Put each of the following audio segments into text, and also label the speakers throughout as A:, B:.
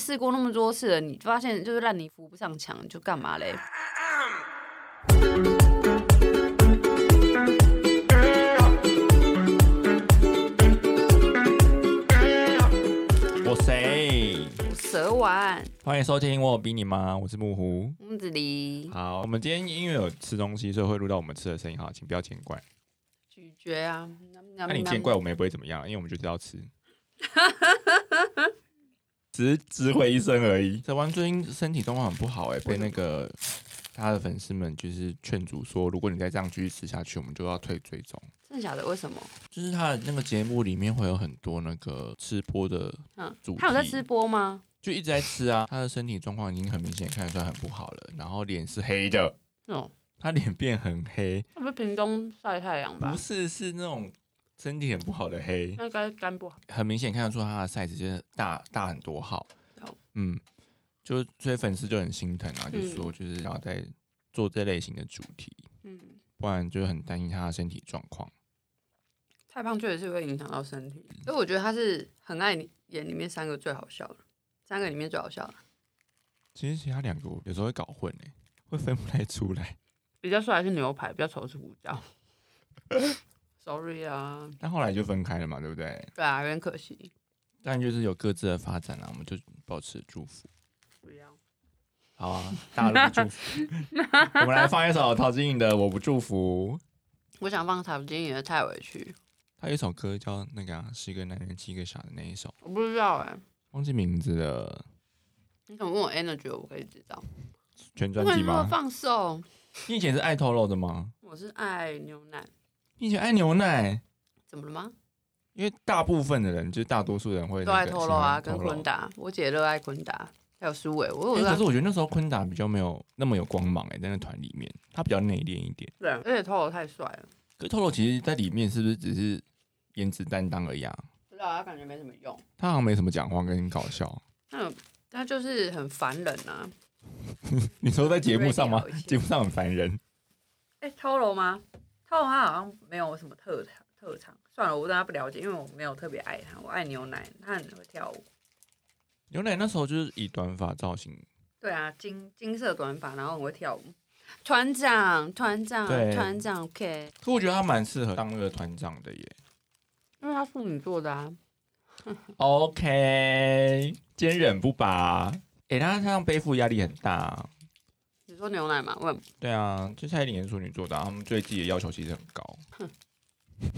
A: 试过那么多次了，你发现就是烂泥扶不上墙，就干嘛嘞？
B: 我谁？
A: 蛇丸、
B: 欢迎收听，我有逼你吗？我是木狐。
A: 木子梨、
B: 好，我们今天因为有吃东西，所以会录到我们吃的声音哈，请不要见怪。
A: 咀嚼啊，那
B: 那、你见怪，我们也不会怎么样，因为我们就知道 吃，只是知会一声而已。小王最近身体状况很不好哎、被那个他的粉丝们就是劝阻说，如果你再这样继续吃下去，我们就要退追踪。
A: 真的假的？为什么？
B: 就是他的那个节目里面会有很多那个吃播的，
A: 嗯
B: 主，
A: 他有在
B: 题
A: 吃播吗？
B: 就一直在吃啊。 他的身体状况已经很明显看得出来很不好了，然后脸是黑的，
A: 哦，
B: 他脸变很黑，
A: 他不是屏东晒太阳吧
B: 不？是，是那种身体很不好的黑，
A: 那应该肝不好。
B: 很明显看得出他的 size 就是大大很多号
A: 好。
B: 嗯，就所以粉丝就很心疼啊，就说就是想要再做这类型的主题，
A: 嗯，
B: 不然就很担心他的身体状况。
A: 太胖确实是会影响到身体，所以我觉得他是很爱你演里面三个最好笑的，三个里面最好笑的，
B: 其实其他两个我有时候会搞混诶、会分不太出来。
A: 比较帅的是牛排，比较丑是胡椒。Sorry 啊，
B: 但后来就分开了嘛，对不对？
A: 对啊，有点可惜。
B: 但就是有各自的发展啊啦、我们就保持祝福。
A: 不要，
B: 好啊，大家都不祝 福。我们来放一首陶晶莹的《我不祝福》。
A: 我想放草金也太委屈，
B: 他有一首歌叫那个、啊《十个男人七个傻》的那一首，
A: 我不知道哎、
B: 忘记名字了，
A: 你可能问我 energy，我可以知道。
B: 全专
A: 我
B: 辑
A: 很弱
B: 吗？
A: 放手，
B: 你以前是爱透露的吗？
A: 我是爱牛奶，
B: 你以前爱牛奶，
A: 怎么了吗？
B: 因为大部分的人，就是大多数人会
A: 都爱透露啊，跟
B: 坤
A: 昆。达，我姐热爱昆达，还有苏伟，我
B: 哎
A: 有
B: 可
A: 在
B: 是我觉得那时候坤达比较没有那么有光芒哎、在那团里面，他比较内敛一点。
A: 对，而且透露太帅了，
B: 可是透露其实在里面是不是只是颜值担当而已啊？
A: 不知道他感觉没什么用，
B: 他好像没什么讲话跟搞笑。
A: 那他就是很烦人啊。
B: 你说在节目上吗
A: 因为你好一？些
B: 节目上很烦人。
A: 哎、透露吗？透露他好像没有什么特长，特长算了，我对他不了解，因为我没有特别爱他，我爱牛奶，他很会跳舞。
B: 牛奶那时候就是以短发造型
A: 对啊，金金色短发，然后很会跳舞。团长，团长，
B: 对
A: 团长，OK，
B: 可我觉得他蛮适合当那个团长的耶。
A: 因为他处女座的啊。
B: OK，坚忍不拔。诶，他他这样背负压力很大、啊
A: 你说牛奶嘛？问
B: 对啊，就蔡依林也是处女座的、啊，他们对自己的要求其实很高。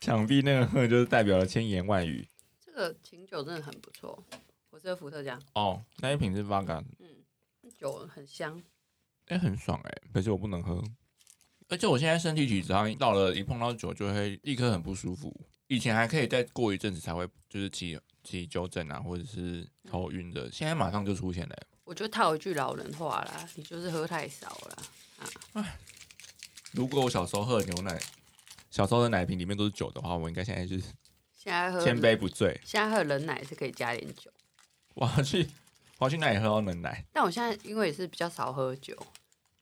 B: 想必那个哼就是代表了千言万语
A: 这个琴酒真的很不错，我是伏特加，
B: 哦。那一瓶是 Vaga，
A: 嗯酒很香。
B: 哎、很爽哎、可是我不能喝。而且我现在身体体质好像到了一碰到酒就会立刻很不舒服，以前还可以再过一阵子才会就是起起纠正啊，或者是头晕的，现在马上就出现了欸、
A: 我就套一句老人话啦，你就是喝太少啦。
B: 如果我小时候喝的牛奶，小时候的奶瓶里面都是酒的话，我应该现在就是
A: 现在喝
B: 千杯不醉。
A: 现在喝冷奶是可以加点酒，
B: 我要去，我要去哪里喝到冷奶？
A: 但我现在因为也是比较少喝酒，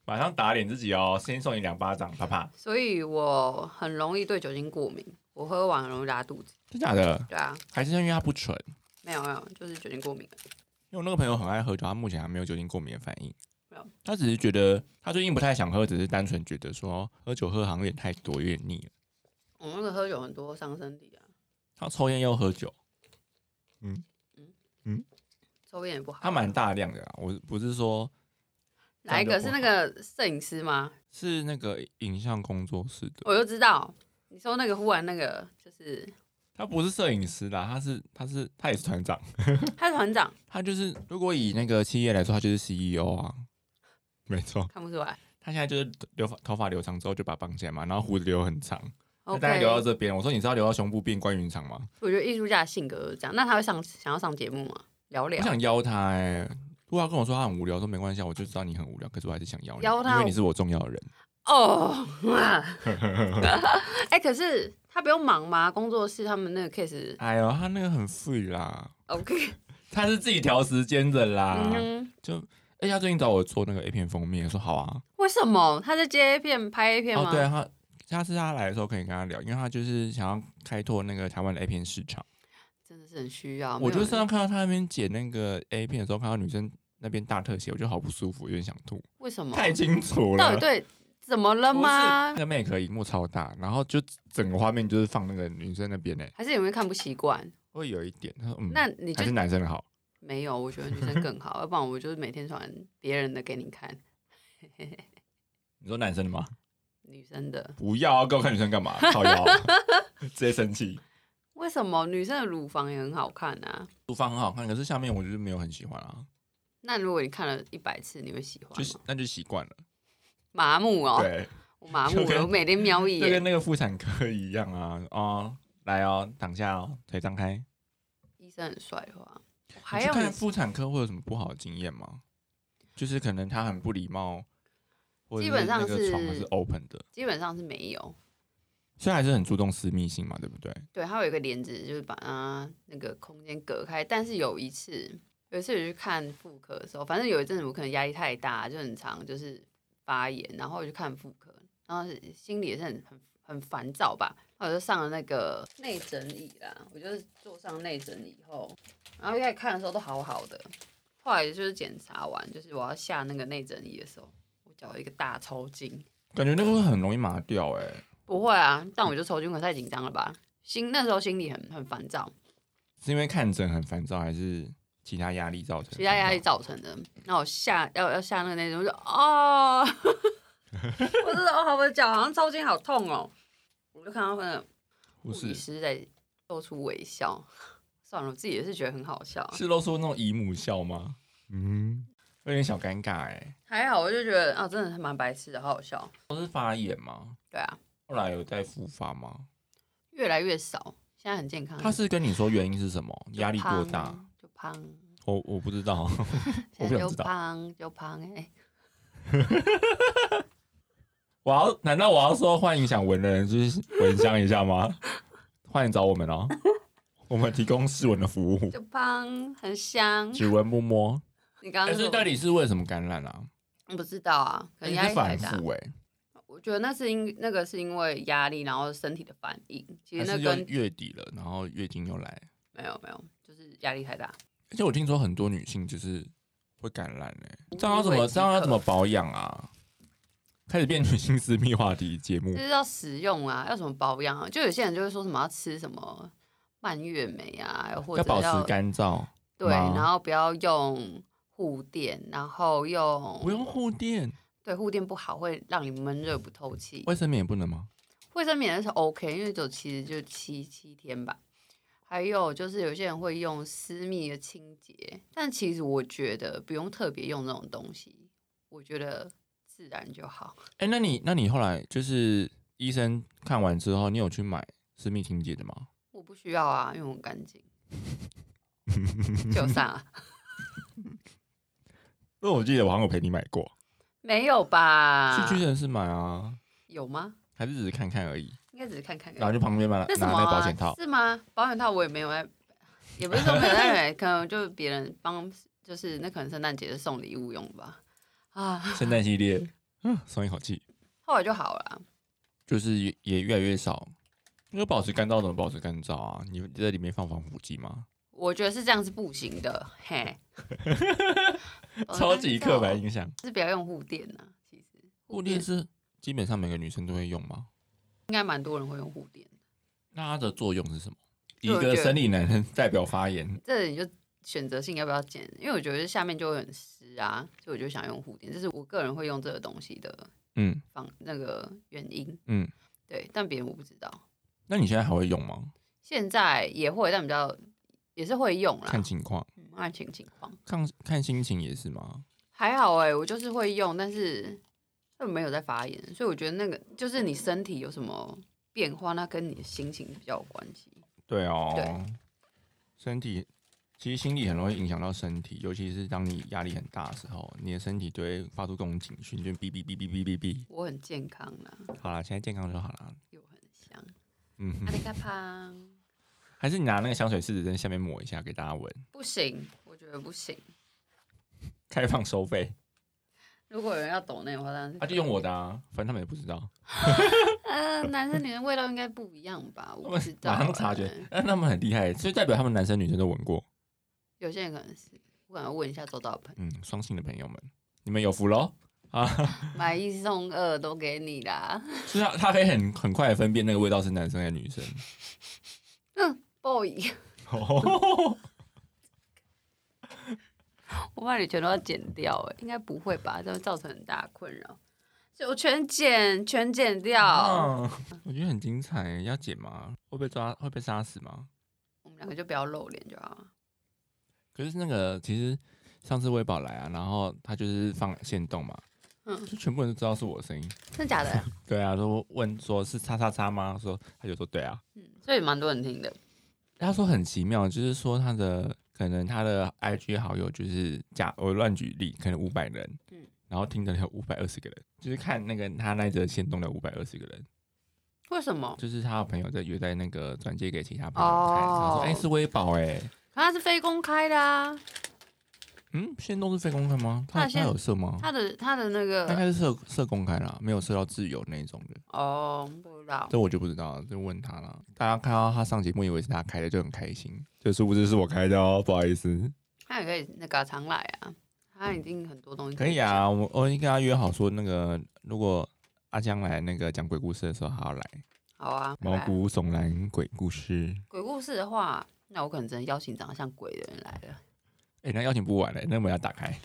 B: 马上打脸自己哦！先送你两巴掌，啪啪！
A: 所以我很容易对酒精过敏。我喝完很容易拉肚子，
B: 真假的？
A: 对啊，
B: 还是因为他不纯？
A: 没有没有，就是酒精过敏而已。
B: 因为我那个朋友很爱喝酒，他目前还没有酒精过敏的反应
A: 没有。
B: 他只是觉得他最近不太想喝，只是单纯觉得说喝酒喝好像有点太多，有点腻了。
A: 我那个喝酒很多伤身体啊，
B: 他抽烟又喝酒，
A: 抽烟也不好。
B: 他蛮大哦量的啦。我不是说
A: 哪一个
B: 这
A: 是
B: 样就
A: 那个摄影师吗？
B: 是那个影像工作室的，
A: 我就知道你说那个忽然那个就是
B: 他不是摄影师啦，他是他是他也是团长。
A: 他是团长，
B: 他就是如果以那个企业来说，他就是 CEO 啊，没错。
A: 看不出来。
B: 他现在就是留发头发留长之后就把它绑起来嘛，然后胡子留很长，那
A: OK，
B: 大概留到啊这边。我说你知道留到胸部变关云长吗？
A: 我觉得艺术家的性格就是这样。那他会上想要上节目吗？聊
B: 我
A: 聊，
B: 想邀他哎、如果他跟我说他很无聊，我说没关系，啊，我就知道你很无聊，可是我还是想邀你，
A: 邀他
B: 因为你是我重要的人。
A: 哦， 哇哎、可是他不用忙吗？工作室他们那个 case
B: 哎呦，他那个很 free 啦，
A: OK，、
B: 他是自己调时间的啦。
A: 嗯哼，
B: 就哎、他最近找我做那个 A 片封面，我说好啊。
A: 为什么他在接片拍 A 片吗？
B: 哦，对啊，他下次他来的时候可以跟他聊，因为他就是想要开拓那个台湾的 A 片市场。
A: 真的是很需要。
B: 我
A: 没有
B: 就
A: 人
B: 上次看到他那边剪那个 A 片的时候，看到女生那边大特写，我就好不舒服，有点想吐，
A: 为什么？
B: 太清楚
A: 哦到
B: 了
A: 底。对怎么了
B: 不是
A: 吗
B: 那？个 Mac 荧幕超大，然后就整个画面就是放那个女生那边呢，
A: 还是有没有看不习惯？
B: 会有一点，他说嗯，
A: 那你就
B: 还是男生的好。
A: 没有，我觉得女生更好，要不然我就是每天传别人的给你看，
B: 你说男生的吗？
A: 女生的。
B: 不要啊，给我看女生干 嘛？靠腰，直接生气。
A: 为什么女生的乳房也很好看啊？
B: 乳房很好看，可是下面我就是没有很喜欢啊，
A: 那如果你看了一百次，你会喜欢
B: 就是
A: 吗？
B: 那就习惯了。
A: 麻木哦，
B: 对，
A: 我麻木
B: 就跟
A: 了，我每天瞄一
B: 就跟
A: 眼。
B: 那个妇产科一样啊，哦，来哦，躺下哦，腿张开。
A: 医生很帅的话，我还
B: 你去
A: 要
B: 看妇产科会有什么不好的经验吗？就是可能他很不礼貌，或者
A: 基本上
B: 那个
A: 是
B: 床是 open 的，
A: 基本上是没有。
B: 所以还是很注重私密性嘛，对不对？
A: 对，它有一个帘子，就是把它那个空间隔开。但是有一次，有一次我去看妇科的时候，反正有一阵子我可能压力太大，就很常就是发炎，然后我去看妇科，然后是心里也是很很很烦躁吧。然后我就上了那个内诊椅啦，我就是坐上内诊以后，然后一开始看的时候都好好的，后来就是检查完，就是我要下那个内诊椅的时候，我脚有一个大抽筋。
B: 感觉那个会很容易麻掉哎、
A: 不会啊，但我就抽筋，可能太紧张了吧？心那时候心里很很烦躁，
B: 是因为看诊很烦躁，还是其他压力造成的？
A: 其他压力造成的。那我下要要下那个那种，我就哦， 我真的哦，好我的脚好像抽筋，好痛哦。我就看到那个
B: 不
A: 护理
B: 是
A: 师在露出微笑， 算了，我自己也是觉得很好笑。
B: 是露出那种姨母笑吗？嗯，有点小尴尬哎、
A: 还好，我就觉得啊、真的是蛮白痴的，好好笑。
B: 都是发炎吗？
A: 对啊，
B: 后来有再复发吗？
A: 越来越少，现在很健康。
B: 他是跟你说原因是什么？
A: 就
B: 压力多
A: 胖
B: 大？
A: 就胖，
B: 我我不知道， 我
A: 现在
B: 不想
A: 就
B: 知道。
A: 胖就胖哎、
B: 我要难道我要说欢迎想闻的人就是闻香一下吗？欢迎找我们哦，我们提供试闻的服务，
A: 就胖很香。
B: 只闻 不摸。
A: 你刚
B: 但
A: 刚
B: 是
A: 说
B: 哎到底是为什么感染啊？
A: 不知道啊，可能
B: 你
A: 压
B: 是
A: 力太
B: 反
A: 大。
B: 复哎、
A: 我觉得那是因那个是因为压力，然后身体的反应。其
B: 还
A: 实那
B: 是要
A: 跟
B: 月底了，然后月经又来，
A: 没有没有，就是压力太大。
B: 而且我听说很多女性就是会感染哎、这样要怎
A: 无
B: 么
A: 为即
B: 这样要
A: 可
B: 怎么保养啊？开始变女性私密话题节目
A: 就，是要实用啊，要怎么保养啊？就有些人就会说什么要吃什么蔓越莓啊，又或
B: 要
A: 者
B: 保持干燥，
A: 对，
B: 吗
A: 然后不要用护垫，然后用
B: 不用护垫，
A: 对护垫不好，会让你闷热不透气。
B: 卫生棉也不能吗？
A: 卫生棉是 OK，因为就其实就七七天吧。还有就是有些人会用私密的清洁，但其实我觉得不用特别用那种东西，我觉得自然就好。
B: 哎、那你那你后来就是医生看完之后，你有去买私密清洁的吗？
A: 我不需要啊，因为我很干净。就算啊，
B: 因为我记得我好像有陪你买过，
A: 没有吧？
B: 去屈臣氏买啊，
A: 有吗？
B: 还是只是看看而已，
A: 应该只是看看而已。
B: 然后去旁边买拿
A: 那什
B: 拿
A: 么、啊、
B: 那个保险套，
A: 是吗？保险套我也没有在，也不是说没有在买， 可能就是别人帮，就是那可能圣诞节送礼物用吧。啊，
B: 圣诞系列，嗯，松一口气，
A: 后来就好了啊。
B: 就是也也越来越少。那个保持干燥怎么保持干燥啊？你在里面放防腐剂吗？
A: 我觉得是这样是不行的，嘿，哦
B: 超级刻板印象，
A: 是不要用护垫呐、其实
B: 护垫是基本上每个女生都会用吗？
A: 应该蛮多人会用护垫，
B: 那它的作用是什么？一
A: 就我
B: 个
A: 觉得
B: 生理男人代表发言，
A: 这你就选择性要不要剪，因为我觉得下面就会很湿啊，所以我就想用护垫，这是我个人会用这个东西的
B: 嗯
A: 方那个原因，
B: 嗯。
A: 对，但别人我不知道，
B: 那你现在还会用吗？
A: 现在也会，但比较也是会用啦，
B: 看情况。
A: 嗯看情情况，
B: 看看心情也是吗？
A: 还好哎、我就是会用，但是又没有在发炎，所以我觉得那个就是你身体有什么变化，那跟你的心情比较有关系。
B: 对哦，
A: 对
B: 身体其实心理很容易影响到身体，尤其是当你压力很大的时候，你的身体就会发出各种警讯，就哔哔哔哔哔哔哔。
A: 我很健康啦，
B: 好啦，现在健康就好啦。
A: 又很香，
B: 嗯
A: 阿
B: 哼，
A: 里嘎胖，
B: 还是你拿那个香水试纸在下面抹一下给大家闻。
A: 不行，我觉得不行。
B: 开放收费，
A: 如果有人要抖那的话，当然是
B: 他、就用我的啊，反正他们也不知道，
A: 呃，男生女生味道应该不一样吧？我
B: 他
A: 不
B: 们
A: 知道、
B: 马上察觉
A: 欸，
B: 但他们很厉害，所以代表他们男生女生都闻过。
A: 有些人可能是，我可能要问一下周道鹏，
B: 嗯，双性的朋友们，你们有福喽！
A: 买一送二都给你啦。
B: 就是他他可以很很快的分辨那个味道是男生还是女生。
A: boy，我把你全都要剪掉哎、欸，应该不会吧？这会造成很大的困扰。就我全剪，全剪掉。
B: 嗯我觉得很精彩，要剪吗？会被抓，会被杀死吗？
A: 我们两个就不要露脸就好了。
B: 可是那个其实上次微宝来啊，然后他就是放线动嘛，
A: 嗯
B: 就全部人都知道是我的声音。
A: 真的假的？
B: 对啊，都问说是叉叉叉吗？说他就说对啊。
A: 嗯，所以蛮多人听的。
B: 他说很奇妙，就是说他的可能他的 IG 好友就是假我乱举例，可能五百人，
A: 嗯
B: 然后听的有五百二十个人，就是看那个他那则线动的五百二十个人，
A: 为什么？
B: 就是他的朋友在约在那个转接给其他朋友看，然后说
A: 哦
B: 哎、是微宝哎、
A: 可它是非公开的啊，
B: 嗯，线动是非公开吗？他
A: 他现
B: 他有设吗？
A: 它的它的那
B: 他应该
A: 个
B: 是设设公开啦，没有设到自由那一种的，
A: 哦，不知道。
B: 这我就不知道了，就问他啦。大家看到他上节目以为是他开的，就很开心，就殊不知是我开的哦，不好意思。
A: 他也可以那个啊常来啊，他已经很多东西
B: 可以啊，我我已经跟他约好说，那个如果阿江来那个讲鬼故事的时候，他要来
A: 讲。好啊，
B: 毛
A: 拜拜
B: 骨悚然鬼故事。
A: 鬼故事的话，那我可能只能邀请长得像鬼的人 来了，
B: 哎、那邀请不完嘞、那我们要打开。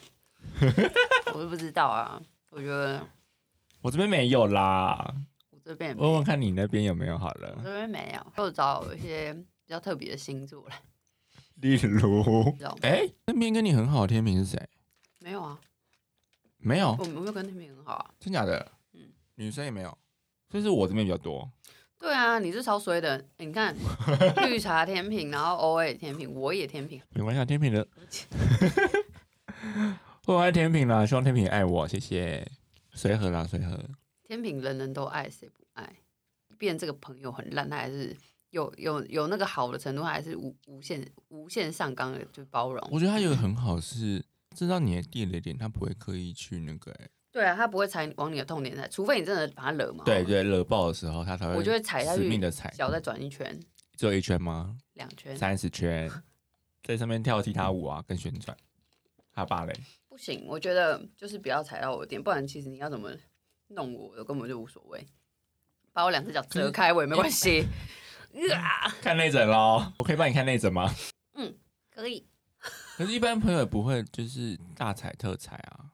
A: 我就不知道啊。我觉得
B: 我这边没有啦，
A: 我这边也没
B: 问
A: 有，
B: 问看你那边有没有好
A: 我
B: 了。
A: 这边没有，就找一些比较特别的星座来，
B: 例如
A: 你，知道吗？
B: 哎、那边跟你很好的天平是谁？
A: 没有啊，
B: 没有
A: 我，们我没有跟天平很好啊。
B: 真假的？
A: 嗯
B: 嗯，女生也没有，所以是我这边比较多。
A: 对啊，你是超衰的，欸你 看绿茶天平，然后 O A 天平，我也天平，
B: 没关系啊，天平的， 我爱天平啦，希望天平也爱我，谢谢。随和啦，随和。
A: 天平人人都爱，谁不爱？即便这个朋友很烂，他还是有有有那个好的程度，他还是无无限无限上纲的，就包容。
B: 我觉得他有一个很好是知道你的地雷点，他不会刻意去那个、欸，
A: 对啊，他不会踩往你的痛点踩，除非你真的把他惹毛。啊
B: 对，对，惹爆的时候他才会，
A: 我就会踩下
B: 死
A: 去，
B: 命的踩，
A: 脚再转一圈、
B: 只有一圈吗？
A: 两圈，
B: 三十圈，在上面跳踢踏舞啊，跟旋转，他芭蕾。
A: 不行。我觉得就是不要踩到我的点，不然其实你要怎么弄我，我根本就无所谓。把我两只脚折开我也没关系，
B: 看内诊喽，我可以帮你看内诊吗？
A: 可以。
B: 可是，一般朋友也不会就是大踩特踩啊，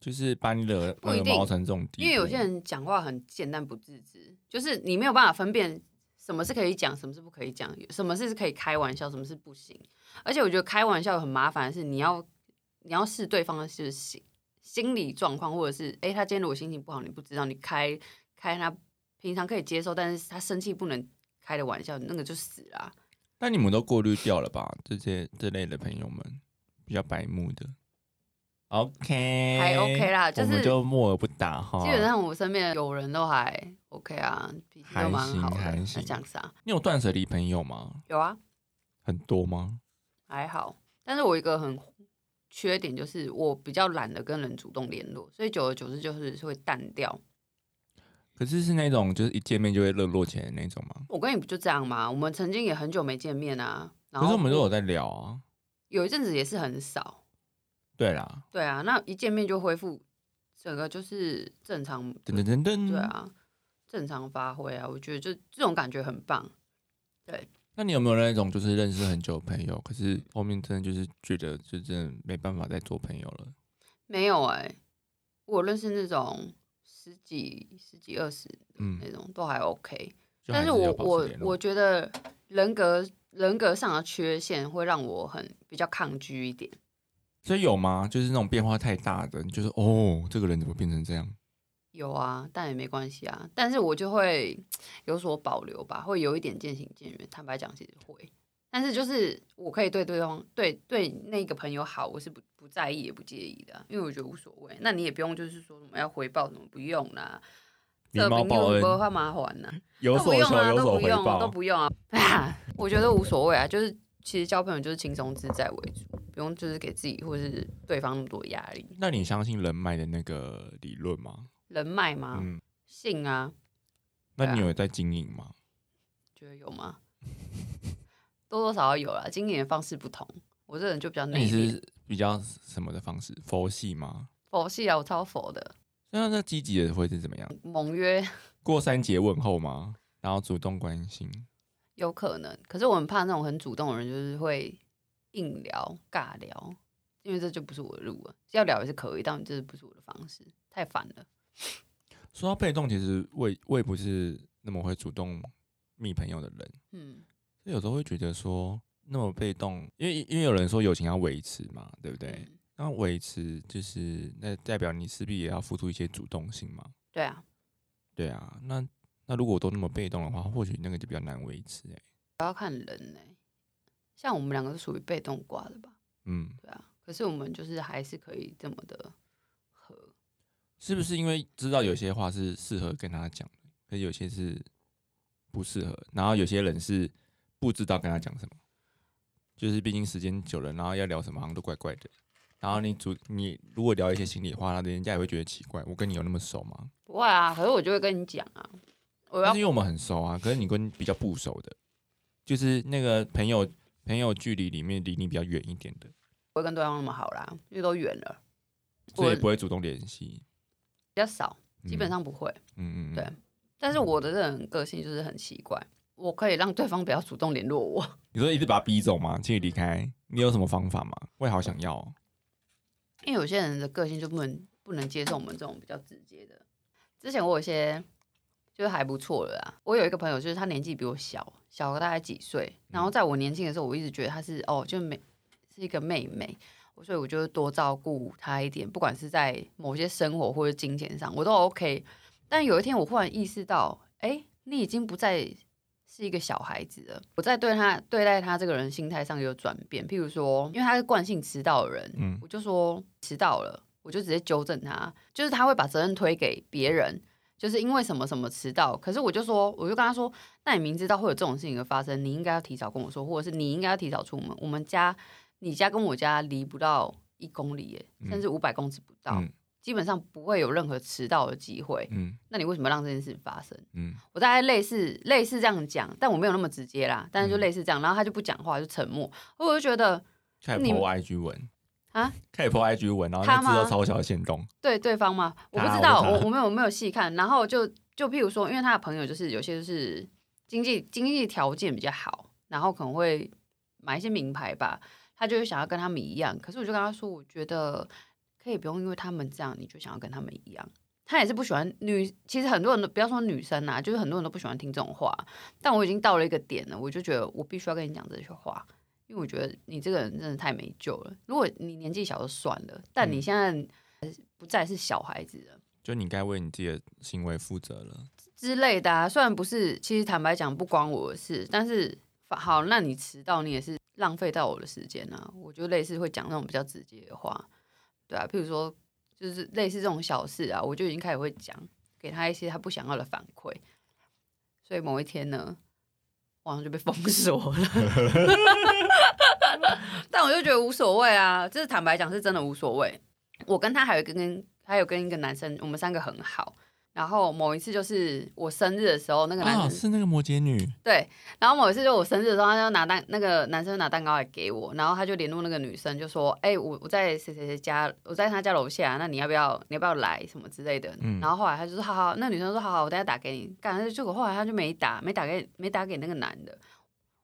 B: 就是把你惹
A: 不一
B: 惹
A: 定
B: 毛成这种地步。
A: 因为有些人讲话很简单不自知，就是你没有办法分辨什么是可以讲，什么是不可以讲，什么是可以开玩笑，什么是不行。而且我觉得开玩笑很麻烦的是，你要你要视对方的是心心理状况，或者是诶，他今天如果心情不好，你不知道你开开他平常可以接受，但是他生气不能开的玩笑，那个就死啦、
B: 那你们都过滤掉了吧？这些这类的朋友们比较白目的。OK，
A: 还 OK 啦就是
B: 我们就默而不答哈。
A: 基本上我身边的友人都还 OK 啊，脾气都蛮好的。
B: 还行还
A: 那
B: 行
A: 讲啥？
B: 你有断舍离朋友吗？
A: 啊有啊，
B: 很多吗？
A: 还好，但是我一个很缺点就是我比较懒得跟人主动联络，所以久而久之就是会淡掉。
B: 可是是那种就是一见面就会热络起来的那种吗？
A: 我跟你不就这样吗？我们曾经也很久没见面啊，然后
B: 可是我们都有在聊啊。
A: 有一阵子也是很少，
B: 对啦，
A: 对啊，那一见面就恢复整个就是正常，
B: 噔噔噔噔。
A: 对。啊，正常发挥啊，我觉得就这种感觉很棒。
B: 那你有没有那种就是认识很久的朋友，可是后面真的就是觉得就真的没办法再做朋友了？
A: 没有哎、我认识那种十几、十几、二十
B: 嗯，
A: 那种都还 OK，
B: 就还
A: 但是
B: 是
A: 我
B: 有保持
A: 我
B: 联络
A: 我觉得人格人格上的缺陷会让我很比较抗拒一点。
B: 所以有吗？就是那种变化太大的，你就是哦，这个人怎么变成这样？
A: 有啊，但也没关系啊。但是我就会有所保留吧，会有一点渐行渐远。坦白讲，其实会。但是就是我可以对对方对对那个朋友好，我是不不在意也不介意的啊，因为我觉得无所谓。那你也不用就是说什么要回报什么，不用啦。
B: 礼貌报恩
A: 不会麻烦呐、
B: 有
A: 都
B: 所
A: 不用
B: 求，
A: 啊，
B: 有
A: 都
B: 所
A: 不
B: 回
A: 用，
B: 报。
A: 都不用啊！我觉得无所谓啊，就是其实交朋友就是轻松自在为主。不用就是给自己或是对方那么多压力。
B: 那你相信人脉的那个理论吗？
A: 人脉吗？
B: 嗯，
A: 性啊，
B: 那你
A: 对啊
B: 有在经营吗？
A: 觉得有吗？多多少少有啦，经营的方式不同。我这人就比较
B: 那
A: 内
B: 你
A: 敛，
B: 是比较什么的方式？佛系吗？
A: 佛系啊，我超佛的，
B: 那那积极的会是怎么样？
A: 盟约
B: 过三节问候吗？然后主动关心，
A: 有可能。可是我很怕那种很主动的人，就是会硬聊、尬聊，因为这就不是我的路啊。要聊也是可以，但这不是我的方式，太烦了。
B: 说到被动，其实我也我也不是那么会主动密朋友的人，
A: 嗯，
B: 所以有时候会觉得说那么被动，因为因为有人说友情要维持嘛，对不对？
A: 嗯
B: 那维持就是那代表你势必也要付出一些主动性嘛，
A: 对啊，
B: 对啊。那那如果都那么被动的话，或许那个就比较难维持、欸，
A: 我要看人呢、像我们两个是属于被动挂的吧？
B: 嗯，
A: 对啊，可是我们就是还是可以这么的和，
B: 是不是因为知道有些话是适合跟他讲的，可是有些是不适合，然后有些人是不知道跟他讲什么，就是毕竟时间久了，然后要聊什么好像都怪怪的。然后你主你如果聊一些心里话，人家也会觉得奇怪，我跟你有那么熟吗？
A: 不会啊，可是我就会跟你讲啊，我
B: 但
A: 要
B: 是因为我们很熟啊，可是你跟比较不熟的，就是那个朋友朋友距离里面离你比较远一点的，
A: 不会跟对方那么好啦，因为都远了，
B: 所以
A: 我
B: 不会主动联系。
A: 比较少，基本
B: 嗯，
A: 上不会。
B: 嗯嗯，嗯
A: 对但是我的这种个性就是很奇怪，我可以让对方不要主动联络我，
B: 你说一直把他逼走吗？请你离开，你有什么方法吗？我也好想要哦、
A: 因为有些人的个性就不能不能接受我们这种比较直接的。之前我有一些就是还不错了啦，我有一个朋友就是他年纪比我小，小个大概几岁，然后在我年轻的时候，我一直觉得她是哦，就妹是一个妹妹。所以我就多照顾她一点，不管是在某些生活或者金钱上，我都 OK。但有一天，我忽然意识到，哎、你已经不再是一个小孩子了。我在对他对待他这个人心态上有转变，譬如说，因为他是惯性迟到的人，
B: 嗯
A: 我就说迟到了，我就直接纠正他，就是他会把责任推给别人。就是因为什么什么迟到，可是我就说，我就跟他说，那你明知道会有这种事情的发生，你应该要提早跟我说，或者是你应该要提早出门。我们家你家跟我家离不到一公里耶，
B: 嗯
A: 甚至五百公尺不到，
B: 嗯
A: 基本上不会有任何迟到的机会。
B: 嗯
A: 那你为什么让这件事情发生？
B: 嗯
A: 我大概类似类似这样讲，但我没有那么直接啦，但是就
B: 嗯
A: 类似这样，然后他就不讲话，就沉默。我就觉得
B: 开始
A: 你
B: po IG 文
A: 啊，
B: 开始 po IG 文，然后
A: 他
B: 那
A: 吗
B: 制造超小的线动，
A: 对对方嘛，我不
B: 他
A: 知道，
B: 我不知道
A: 我我没有我没有细看，然后就就譬如说，因为他的朋友就是有些就是经济经济条件比较好，然后可能会买一些名牌吧，他就会想要跟他们一样，可是我就跟他说，我觉得可以不用因为他们这样，你就想要跟他们一样。他也是不喜欢女，其实很多人都不要说女生啦、就是很多人都不喜欢听这种话。但我已经到了一个点了，我就觉得我必须要跟你讲这些话，因为我觉得你这个人真的太没救了。如果你年纪小就算了，但你
B: 嗯
A: 现在不再是小孩子了
B: 就你该为你自己的行为负责了。
A: 之类的啊。虽然不是，其实坦白讲不关我的事，但是反好，那你迟到你也是浪费到我的时间啊。我就类似会讲那种比较直接的话，对啊，譬如说就是类似这种小事啊，我就已经开始会讲，给他一些他不想要的反馈。所以某一天呢，网上就被封锁了。 但我就觉得无所谓啊，这是坦白讲是真的无所谓。我跟他还有一个跟还有跟一个男生，我们三个很好。然后某一次就是我生日的时候，那个男生、
B: 啊，是那个摩羯女，
A: 对，然后某一次就我生日的时候，他就拿蛋，那个男生拿蛋糕来给我，然后他就联络那个女生，就说：“哎、我我在谁谁谁家，我在他家楼下，啊那你要不要你要不要来什么之类的？”
B: 嗯
A: 然后后来他就说：“好好。”那女生说：“好好，我等下打给你。”感觉结果后来他就没打，没打给没打给那个男的，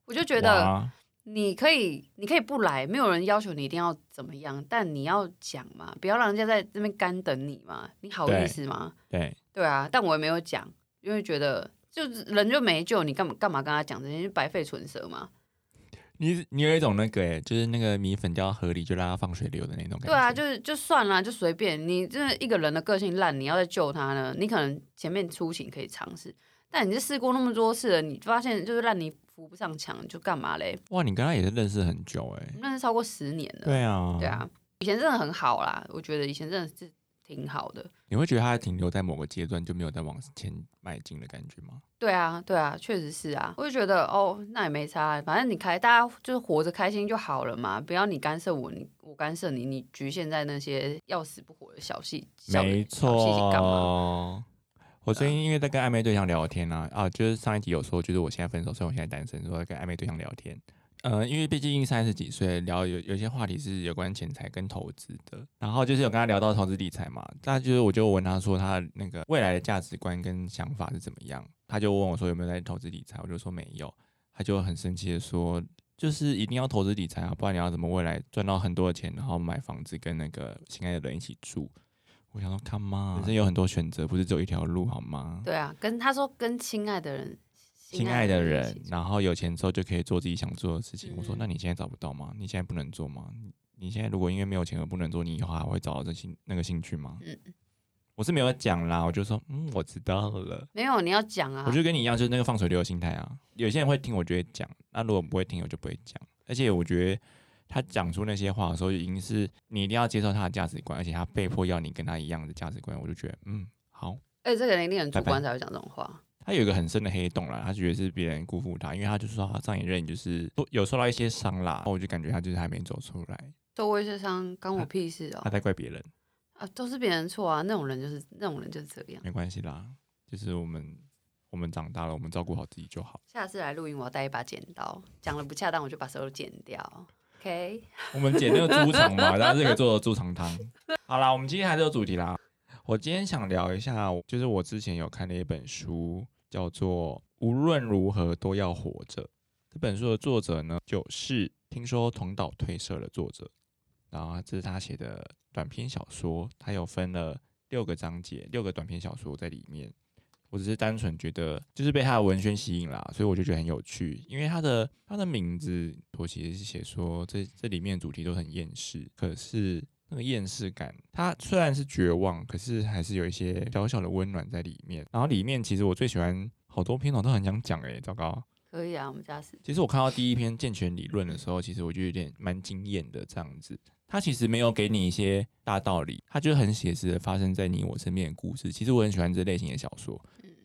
A: 我就觉得
B: 哇
A: 你可以你可以不来，没有人要求你一定要怎么样，但你要讲嘛，不要让人家在那边干等你嘛，你好
B: 对
A: 意思吗？
B: 对，
A: 对啊，但我也没有讲，因为觉得就是人就没救，你干嘛干嘛跟他讲这些，就白费唇舌嘛。
B: 你你有一种那个、欸，就是那个米粉掉到河里就让它放水流的那种感觉。
A: 对啊，就是就算了，就随便你。真的一个人的个性烂，你要再救他呢，你可能前面出行可以尝试，但你这试过那么多次了，你发现就是烂泥扶不上墙，就干嘛嘞？
B: 哇，你跟他也是认识很久哎、
A: 我们认识超过十年了，
B: 对啊，
A: 对，啊，以前真的很好啦，我觉得以前真的是挺好的。
B: 你会觉得它还停留在某个阶段，就没有再往前迈进的感觉吗？
A: 对啊，对啊，确实是啊，我就觉得哦，那也没差，反正你开，大家就是活着开心就好了嘛，不要你干涉我，你我干涉你，你局限在那些要死不活的小细小
B: 没
A: 小细节干嘛？
B: 错。我最近因为在跟暧昧对象聊天啊，啊，就是上一集有说，就是我现在分手，所以我现在单身，说跟暧昧对象聊天。呃，因为毕竟三十几岁，聊有有些话题是有关钱财跟投资的，然后就是有跟他聊到投资理财嘛，那就是我就问他说他的那个未来的价值观跟想法是怎么样，他就问我说有没有在投资理财，我就说没有，他就很生气的说，就是一定要投资理财啊，不然你要怎么未来赚到很多的钱，然后买房子跟那个心爱的人一起住？我想说，Come on，人生有很多选择，不是只有一条路好吗？
A: 对啊，跟他说跟亲爱的人，
B: 心爱的
A: 一
B: 人
A: 起，
B: 然后有钱之后就可以做自己想做的事情。我说，
A: 嗯
B: 那你现在找不到吗？你现在不能做吗？你你现在如果因为没有钱而不能做，你以后还会找到这兴那个兴趣吗？
A: 嗯
B: 我是没有讲啦，我就说，嗯，我知道了。
A: 没有你要讲啊
B: 我，就跟你一样，就是那个放水流的心态啊。有些人会听，我就会讲；那如果不会听，我就不会讲。而且我觉得他讲出那些话的时候，已经是你一定要接受他的价值观，而且他被迫要你跟他一样的价值观，我就觉得，嗯，好。
A: 哎、这个人一定很主
B: 拜拜
A: 观才会讲这种话，
B: 他有一个很深的黑洞啦，他觉得是别人辜负他，因为他就说他上一任就是有受到一些伤啦，然后我就感觉他就是还没走出来，
A: 做微智商关
B: 啊
A: 我屁事哦、
B: 他在怪别人，
A: 啊，都是别人错啊，那种人就是那种人就是这样。
B: 没关系啦，就是我们我们长大了，我们照顾好自己就好。
A: 下次来录音，我要带一把剪刀，讲的不恰当我就把所有剪掉。OK，
B: 我们剪那个猪肠嘛，大家是可以做猪肠汤。好啦，我们今天还是有主题啦。我今天想聊一下，就是我之前有看的一本书，叫做《无论如何都要活着》。这本书的作者呢，就是听说同岛退社的作者，然后这是他写的短篇小说，他有分了六个章节，六个短篇小说在里面。我只是单纯觉得，就是被他的文宣吸引啦，所以我就觉得很有趣。因为他的他的名字，我其实是写说这这里面的主题都很厌世，可是那个厌世感，它虽然是绝望，可是还是有一些小小的温暖在里面。然后里面其实我最喜欢好多篇，我哦都很想讲诶、糟糕。
A: 可以啊，我们下次
B: 其实我看到第一篇健全理论的时候，其实我就有点蛮惊艳的。这样子，它其实没有给你一些大道理，它就是很写实的发生在你我身边的故事。其实我很喜欢这类型的小说，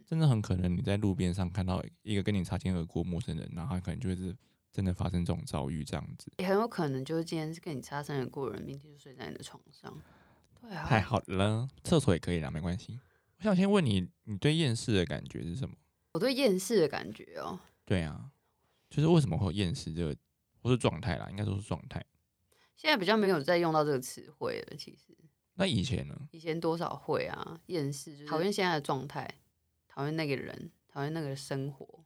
B: 真的很可能你在路边上看到一个跟你擦肩而过的陌生人，然后他可能就是真的发生这种遭遇这样子。
A: 也很有可能就是今天是跟你擦身而过的人，明天就睡在你的床上。对啊，
B: 太好了，厕所也可以啦，没关系。我想先问你，你对厌世的感觉是什么？
A: 我对厌世的感觉哦、
B: 对啊，就是为什么会有厌世这个，或是状态啦，应该说是状态。
A: 现在比较没有再用到这个词汇了。其实
B: 那以前呢？
A: 以前多少会啊，厌世就是讨厌现在的状态，讨厌那个人，讨厌那个生活，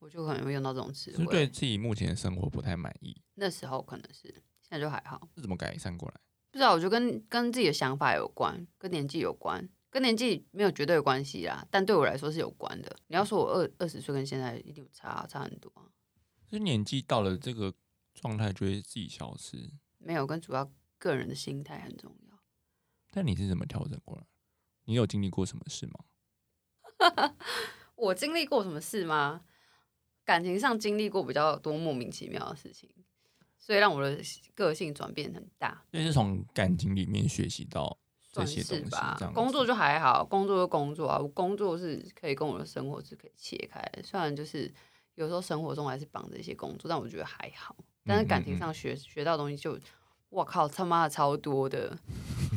A: 我就可能会用到这种词
B: 就是
A: 汇。
B: 对自己目前的生活不太满意，
A: 那时候可能是，现在就还好。
B: 是怎么改善过来？
A: 不知道，我就跟跟自己的想法有关，跟年纪有关，跟年纪没有绝对的关系啦，但对我来说是有关的。你要说我二二十岁跟现在一定有差差很多啊，
B: 就是年纪到了这个状态，就会自己消失。
A: 没有，跟主要个人的心态很重要。
B: 但你是怎么调整过来？你有经历过什么事吗？
A: 我经历过什么事吗？感情上经历过比较多莫名其妙的事情，所以让我的个性转变很大，
B: 就是从感情里面学习到这
A: 算
B: 些东
A: 是
B: 西，这
A: 吧
B: 样。
A: 工作
B: 就
A: 就还好，工作就工作啊，我工作是可以跟我的生活是可以切开的，虽然就是有时候生活中还是绑着一些工作，但我觉得还好。但是感
B: 嗯
A: 情上学学到的东西就，我靠，他妈的超多的，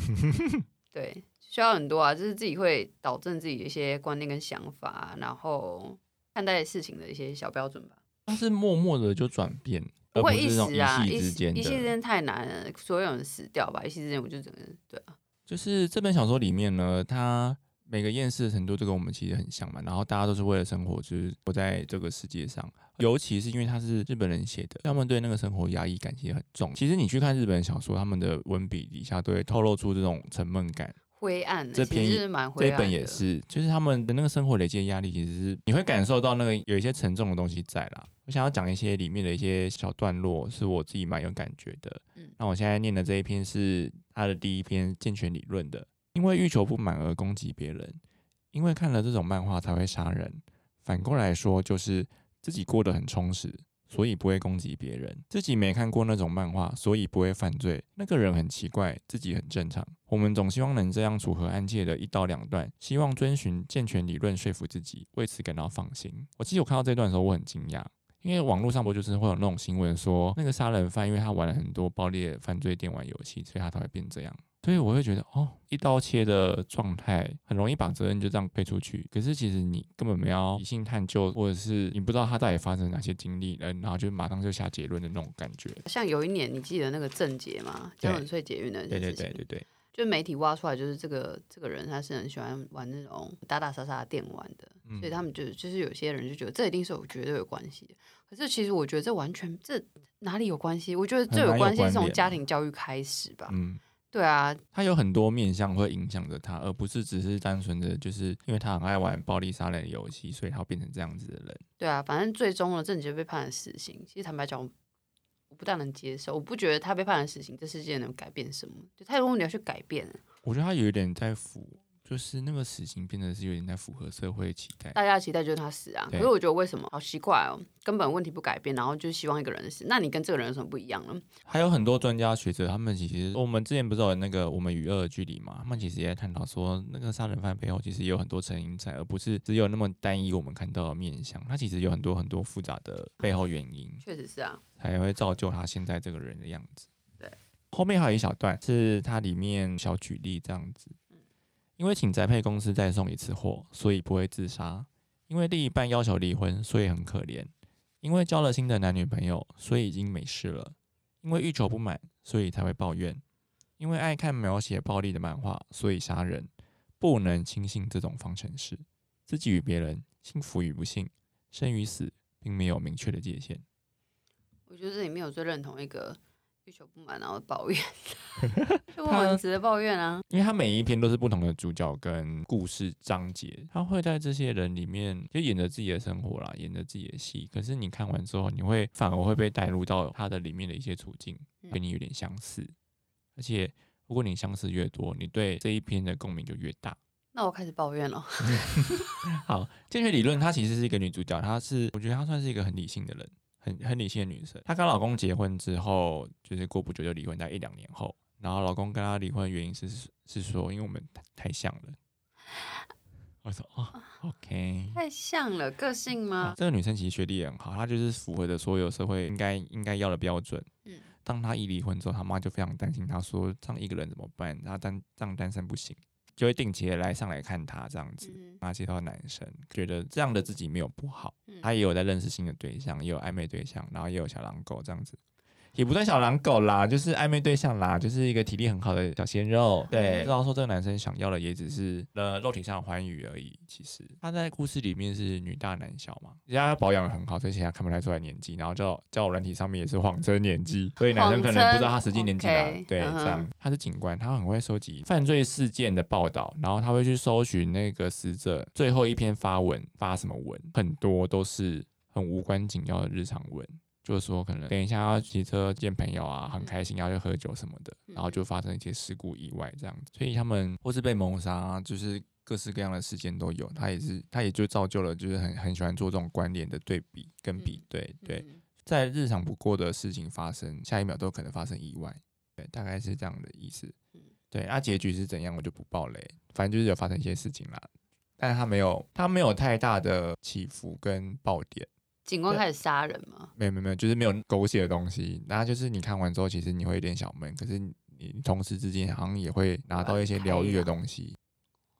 A: 对，需要很多啊，就是自己会导正自己的一些观念跟想法，然后看待事情的一些小标准吧。
B: 它是默默的就转变，
A: 不
B: 而不
A: 会
B: 是
A: 一
B: 那种
A: 时啊，
B: 夕
A: 一
B: 之
A: 时
B: 间
A: 一夕之
B: 的。
A: 间太难了，所有人死掉吧，一夕之间我就整个人对啊，
B: 就是这本小说里面呢，它每个厌世的程度就跟我们其实很像嘛。然后大家都是为了生活，就是活在这个世界上。尤其是因为它是日本人写的，他们对那个生活压抑感其实很重。其实你去看日本小说，他们的文笔底下都会透露出这种沉闷感。
A: 灰暗欸、
B: 这
A: 其
B: 篇
A: 实
B: 也
A: 是蛮
B: 这
A: 灰暗
B: 一
A: 的。
B: 本也是，就是他们的那个生活累积的压力，其实是你会感受到那个有一些沉重的东西在啦。我想要讲一些里面的一些小段落，是我自己蛮有感觉的。
A: 嗯
B: 那我现在念的这一篇是他的第一篇健全理论的，因为欲求不满而攻击别人，因为看了这种漫画才会杀人。反过来说，就是自己过得很充实，所以不会攻击别人；自己没看过那种漫画，所以不会犯罪。那个人很奇怪，自己很正常。我们总希望能这样组合案界的一刀两断，希望遵循健全理论说服自己，为此感到放心。我记得我看到这段的时候，我很惊讶，因为网络上不就是会有那种新闻说，那个杀人犯因为他玩了很多暴力的犯罪电玩游戏，所以他才会变这样。所以我会觉得，哦，一刀切的状态很容易把责任就这样推出去。可是其实你根本没有理性探究，或者是你不知道他到底发生哪些经历，嗯，然后就马上就下结论的那种感觉。
A: 像有一年，你记得那个郑捷吗？
B: 对
A: 江冷翠捷运的事情，
B: 对对对对对，
A: 就媒体挖出来，就是这个这个人他是很喜欢玩那种打打杀杀的电玩的，
B: 嗯
A: 所以他们就就是有些人就觉得这一定是有绝对有关系的。可是其实我觉得这完全这哪里有关系？我觉得这
B: 很难
A: 有
B: 有
A: 关系
B: 关
A: 是从
B: 联
A: 家
B: 啊
A: 庭教育开始吧。
B: 嗯，
A: 对啊，
B: 他有很多面向会影响着他，而不是只是单纯的就是因为他很爱玩暴力杀人游戏，所以他变成这样子的人。
A: 对啊，反正最终了郑杰被判了死刑。其实坦白讲，我不大能接受，我不觉得他被判了死刑，这世界能改变什么？就太多问题要去改变了，
B: 我觉得他有一点在符，就是那个死刑变得是有点在符合社会期待。
A: 大家的期待就是他死啊。可
B: 对
A: 是我觉得为什么好奇怪哦，根本问题不改变，然后就希望一个人死，那你跟这个人有什么不一样呢？
B: 还有很多专家学者，他们其实我们之前不是有那个我们与恶的距离嘛，他们其实也在探讨说，那个杀人犯背后其实也有很多成因在，而不是只有那么单一我们看到的面相，他其实有很多很多复杂的背后原因，
A: 确实是啊，
B: 才会造就他现在这个人的样子。
C: 对，
B: 后面还有一小段是它里面小举例这样子，因为请宅配公司再送一次货，所以不会自杀；因为另一半要求离婚，所以很可怜；因为交了新的男女朋友，所以已经没事了；因为欲求不满，所以才会抱怨；因为爱看描写暴力的漫画，所以杀人。不能轻信这种方程式，自己与别人，幸福与不幸，生与死，并没有明确的界限。
A: 我觉得这里面我最认同一个欲求不满，然后抱怨，就问文词的 抱怨啊。
B: 因为他每一篇都是不同的主角跟故事章节，他会在这些人里面就演着自己的生活啦，演着自己的戏。可是你看完之后，你会反而会被带入到他的里面的一些处境，
A: 嗯
B: 跟你有点相似。而且如果你相似越多，你对这一篇的共鸣就越大。
A: 那我开始抱怨了，
B: 好，健全理论她其实是一个女主角，她是我觉得她算是一个很理性的人，很很理性的女生。她跟老公结婚之后，就是过不久就离婚，大概一两年后。然后老公跟她离婚的原因是是说，因为我们太太像了。我说哦，OK。
A: 太像了，个性 吗？
B: 这个女生其实学历也很好，她就是符合的所有社会应该应该要的标准。
A: 嗯
B: 当她一离婚之后，她妈就非常担心，她说这样一个人怎么办？她单这样单身不行，就会定期地来上来看她这样子。
A: 嗯
B: 他介绍男生，觉得这样的自己没有不好，
A: 嗯
B: 他也有在认识新的对象，也有暧昧对象，然后也有小狼狗这样子，也不算小狼狗啦，就是暧昧对象啦，就是一个体力很好的小鲜肉。对，知道说这个男生想要的也只是呃肉体上的欢愉而已。其实他在故事里面是女大男小嘛，人家保养的很好，所以其实他看不太出来年纪，然后叫叫软体上面也是谎称年纪，所以男生可能不知道他实际年纪啦
A: 谎称。
B: 对，
A: OK，
B: 这样
A: 嗯
B: 他是警官，他很会收集犯罪事件的报道，然后他会去搜寻那个死者最后一篇发文发什么文，很多都是很无关紧要的日常文。就是说，可能等一下要骑车见朋友啊，很开心，要去喝酒什么的，
A: 嗯
B: 然后就发生一些事故意外这样子，所以他们或是被谋杀啊、就是各式各样的事件都有。他也是，他也就造就了，就是很很喜欢做这种关联的对比跟比对，对，
A: 嗯
B: 在日常不过的事情发生，下一秒都可能发生意外，对，大概是这样的意思
A: 嗯。
B: 对，那、结局是怎样，我就不爆雷，反正就是有发生一些事情啦，但是他没有，他没有太大的起伏跟爆点。
A: 警官开始杀人吗？
B: 没有没有没有，就是没有狗血的东西。那就是你看完之后，其实你会有点小闷，可是你你同时之间好像也会拿到一些疗愈的东西。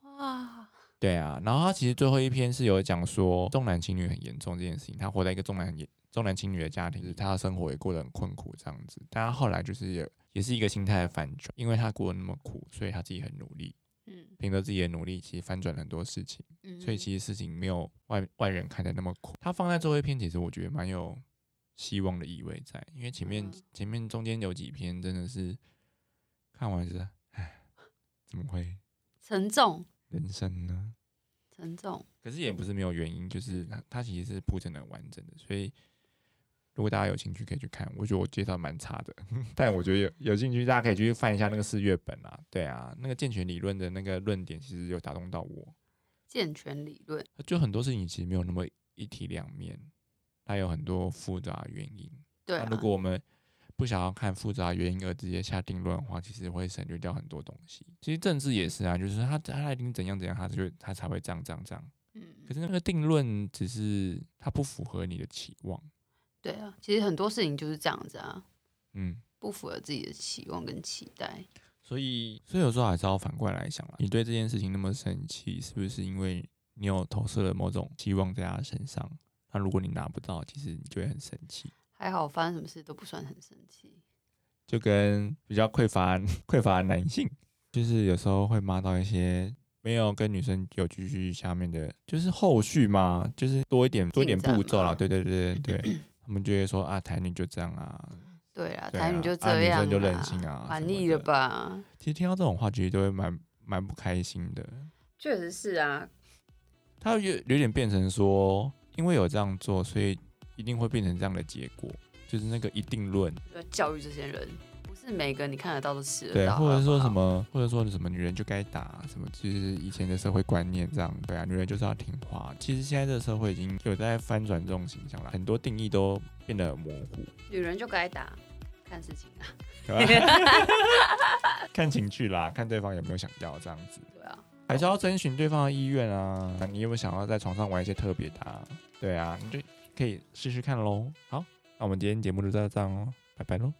A: 哇，
B: 对啊，然后他其实最后一篇是有讲说重男轻女很严重这件事情，他活在一个重男重男轻女的家庭，就是他的生活也过得很困苦这样子。但他后来就是也也是一个心态的反转，因为他过得那么苦，所以他自己很努力，
A: 嗯
B: 凭着自己的努力，其实翻转了很多事情。
A: 嗯，
B: 所以其实事情没有外外人看的那么苦。它放在最后一篇，其实我觉得蛮有希望的意味在，因为前面、
A: 嗯
B: 前面中间有几篇真的是看完是，唉，怎么会
A: 沉重，
B: 人生呢？
A: 沉重，
B: 可是也不是没有原因，就是它它其实是铺陈的完整的，所以。如果大家有兴趣，可以去看。我觉得我介绍蛮差的，但我觉得有有兴趣，大家可以去翻一下那个四月本啊。对啊，那个健全理论的那个论点，其实有打动到我。
A: 健全理论。
B: 就很多事情其实没有那么一体两面，它有很多复杂原因。
A: 对
B: 那
A: 啊，
B: 如果我们不想要看复杂原因而直接下定论的话，其实会省略掉很多东西。其实政治也是啊，就是他他一定怎样怎样，他就他才会这样这样这样。
A: 嗯
B: 可，是那个定论只是它不符合你的期望。
A: 对啊，其实很多事情就是这样子啊，
B: 嗯，
A: 不符合自己的期望跟期待。
B: 所以所以有时候还是要反过来想啊啦，你对这件事情那么生气，是不是因为你有投射了某种期望在他身上？那如果你拿不到，其实你就会很生气。
A: 还好发生什么事都不算很生气。
B: 就跟比较匮乏 匮乏的男性，就是有时候会骂到一些没有跟女生有继续下面的，就是后续嘛，就是多一点多一点
A: 进展
B: 步骤啦。
A: 嘛
B: 对对对 对对，他们就会说啊，台女就这样啊。
A: 对啊，
B: 对
A: 台
B: 啊
A: 女就
B: 啊
A: 这
B: 女
A: 样
B: 生就任性啊什
A: 蛮
B: 么
A: 腻了
B: 的
A: 吧？
B: 其实听到这种话，其实都会蛮蛮不开心的。
D: 确实是啊，
B: 他有有点变成说，因为有这样做，所以一定会变成这样的结果，就是那个一定论。
A: 要教育这些人，不是每个你看得到都吃得
B: 对，
A: 到，啊
B: 或
A: 好
B: 者
A: 不
B: 说什
A: 好？
B: 么，或者说什么女人就该打，什么就是以前的社会观念这样，对啊，女人就是要听话。其实现在这个社会已经有在翻转这种形象了，很多定义都变得很模糊，
A: 女人就该打，看事情啊。
B: 对吧 看情趣啦，看对方有没有想要这样子，
A: 对啊，
B: 还是要征询对方的意愿啊。你有没有想要在床上玩一些特别的、啊？对啊，你就可以试试看喽。好，那我们今天节目就到这样哦，拜拜喽。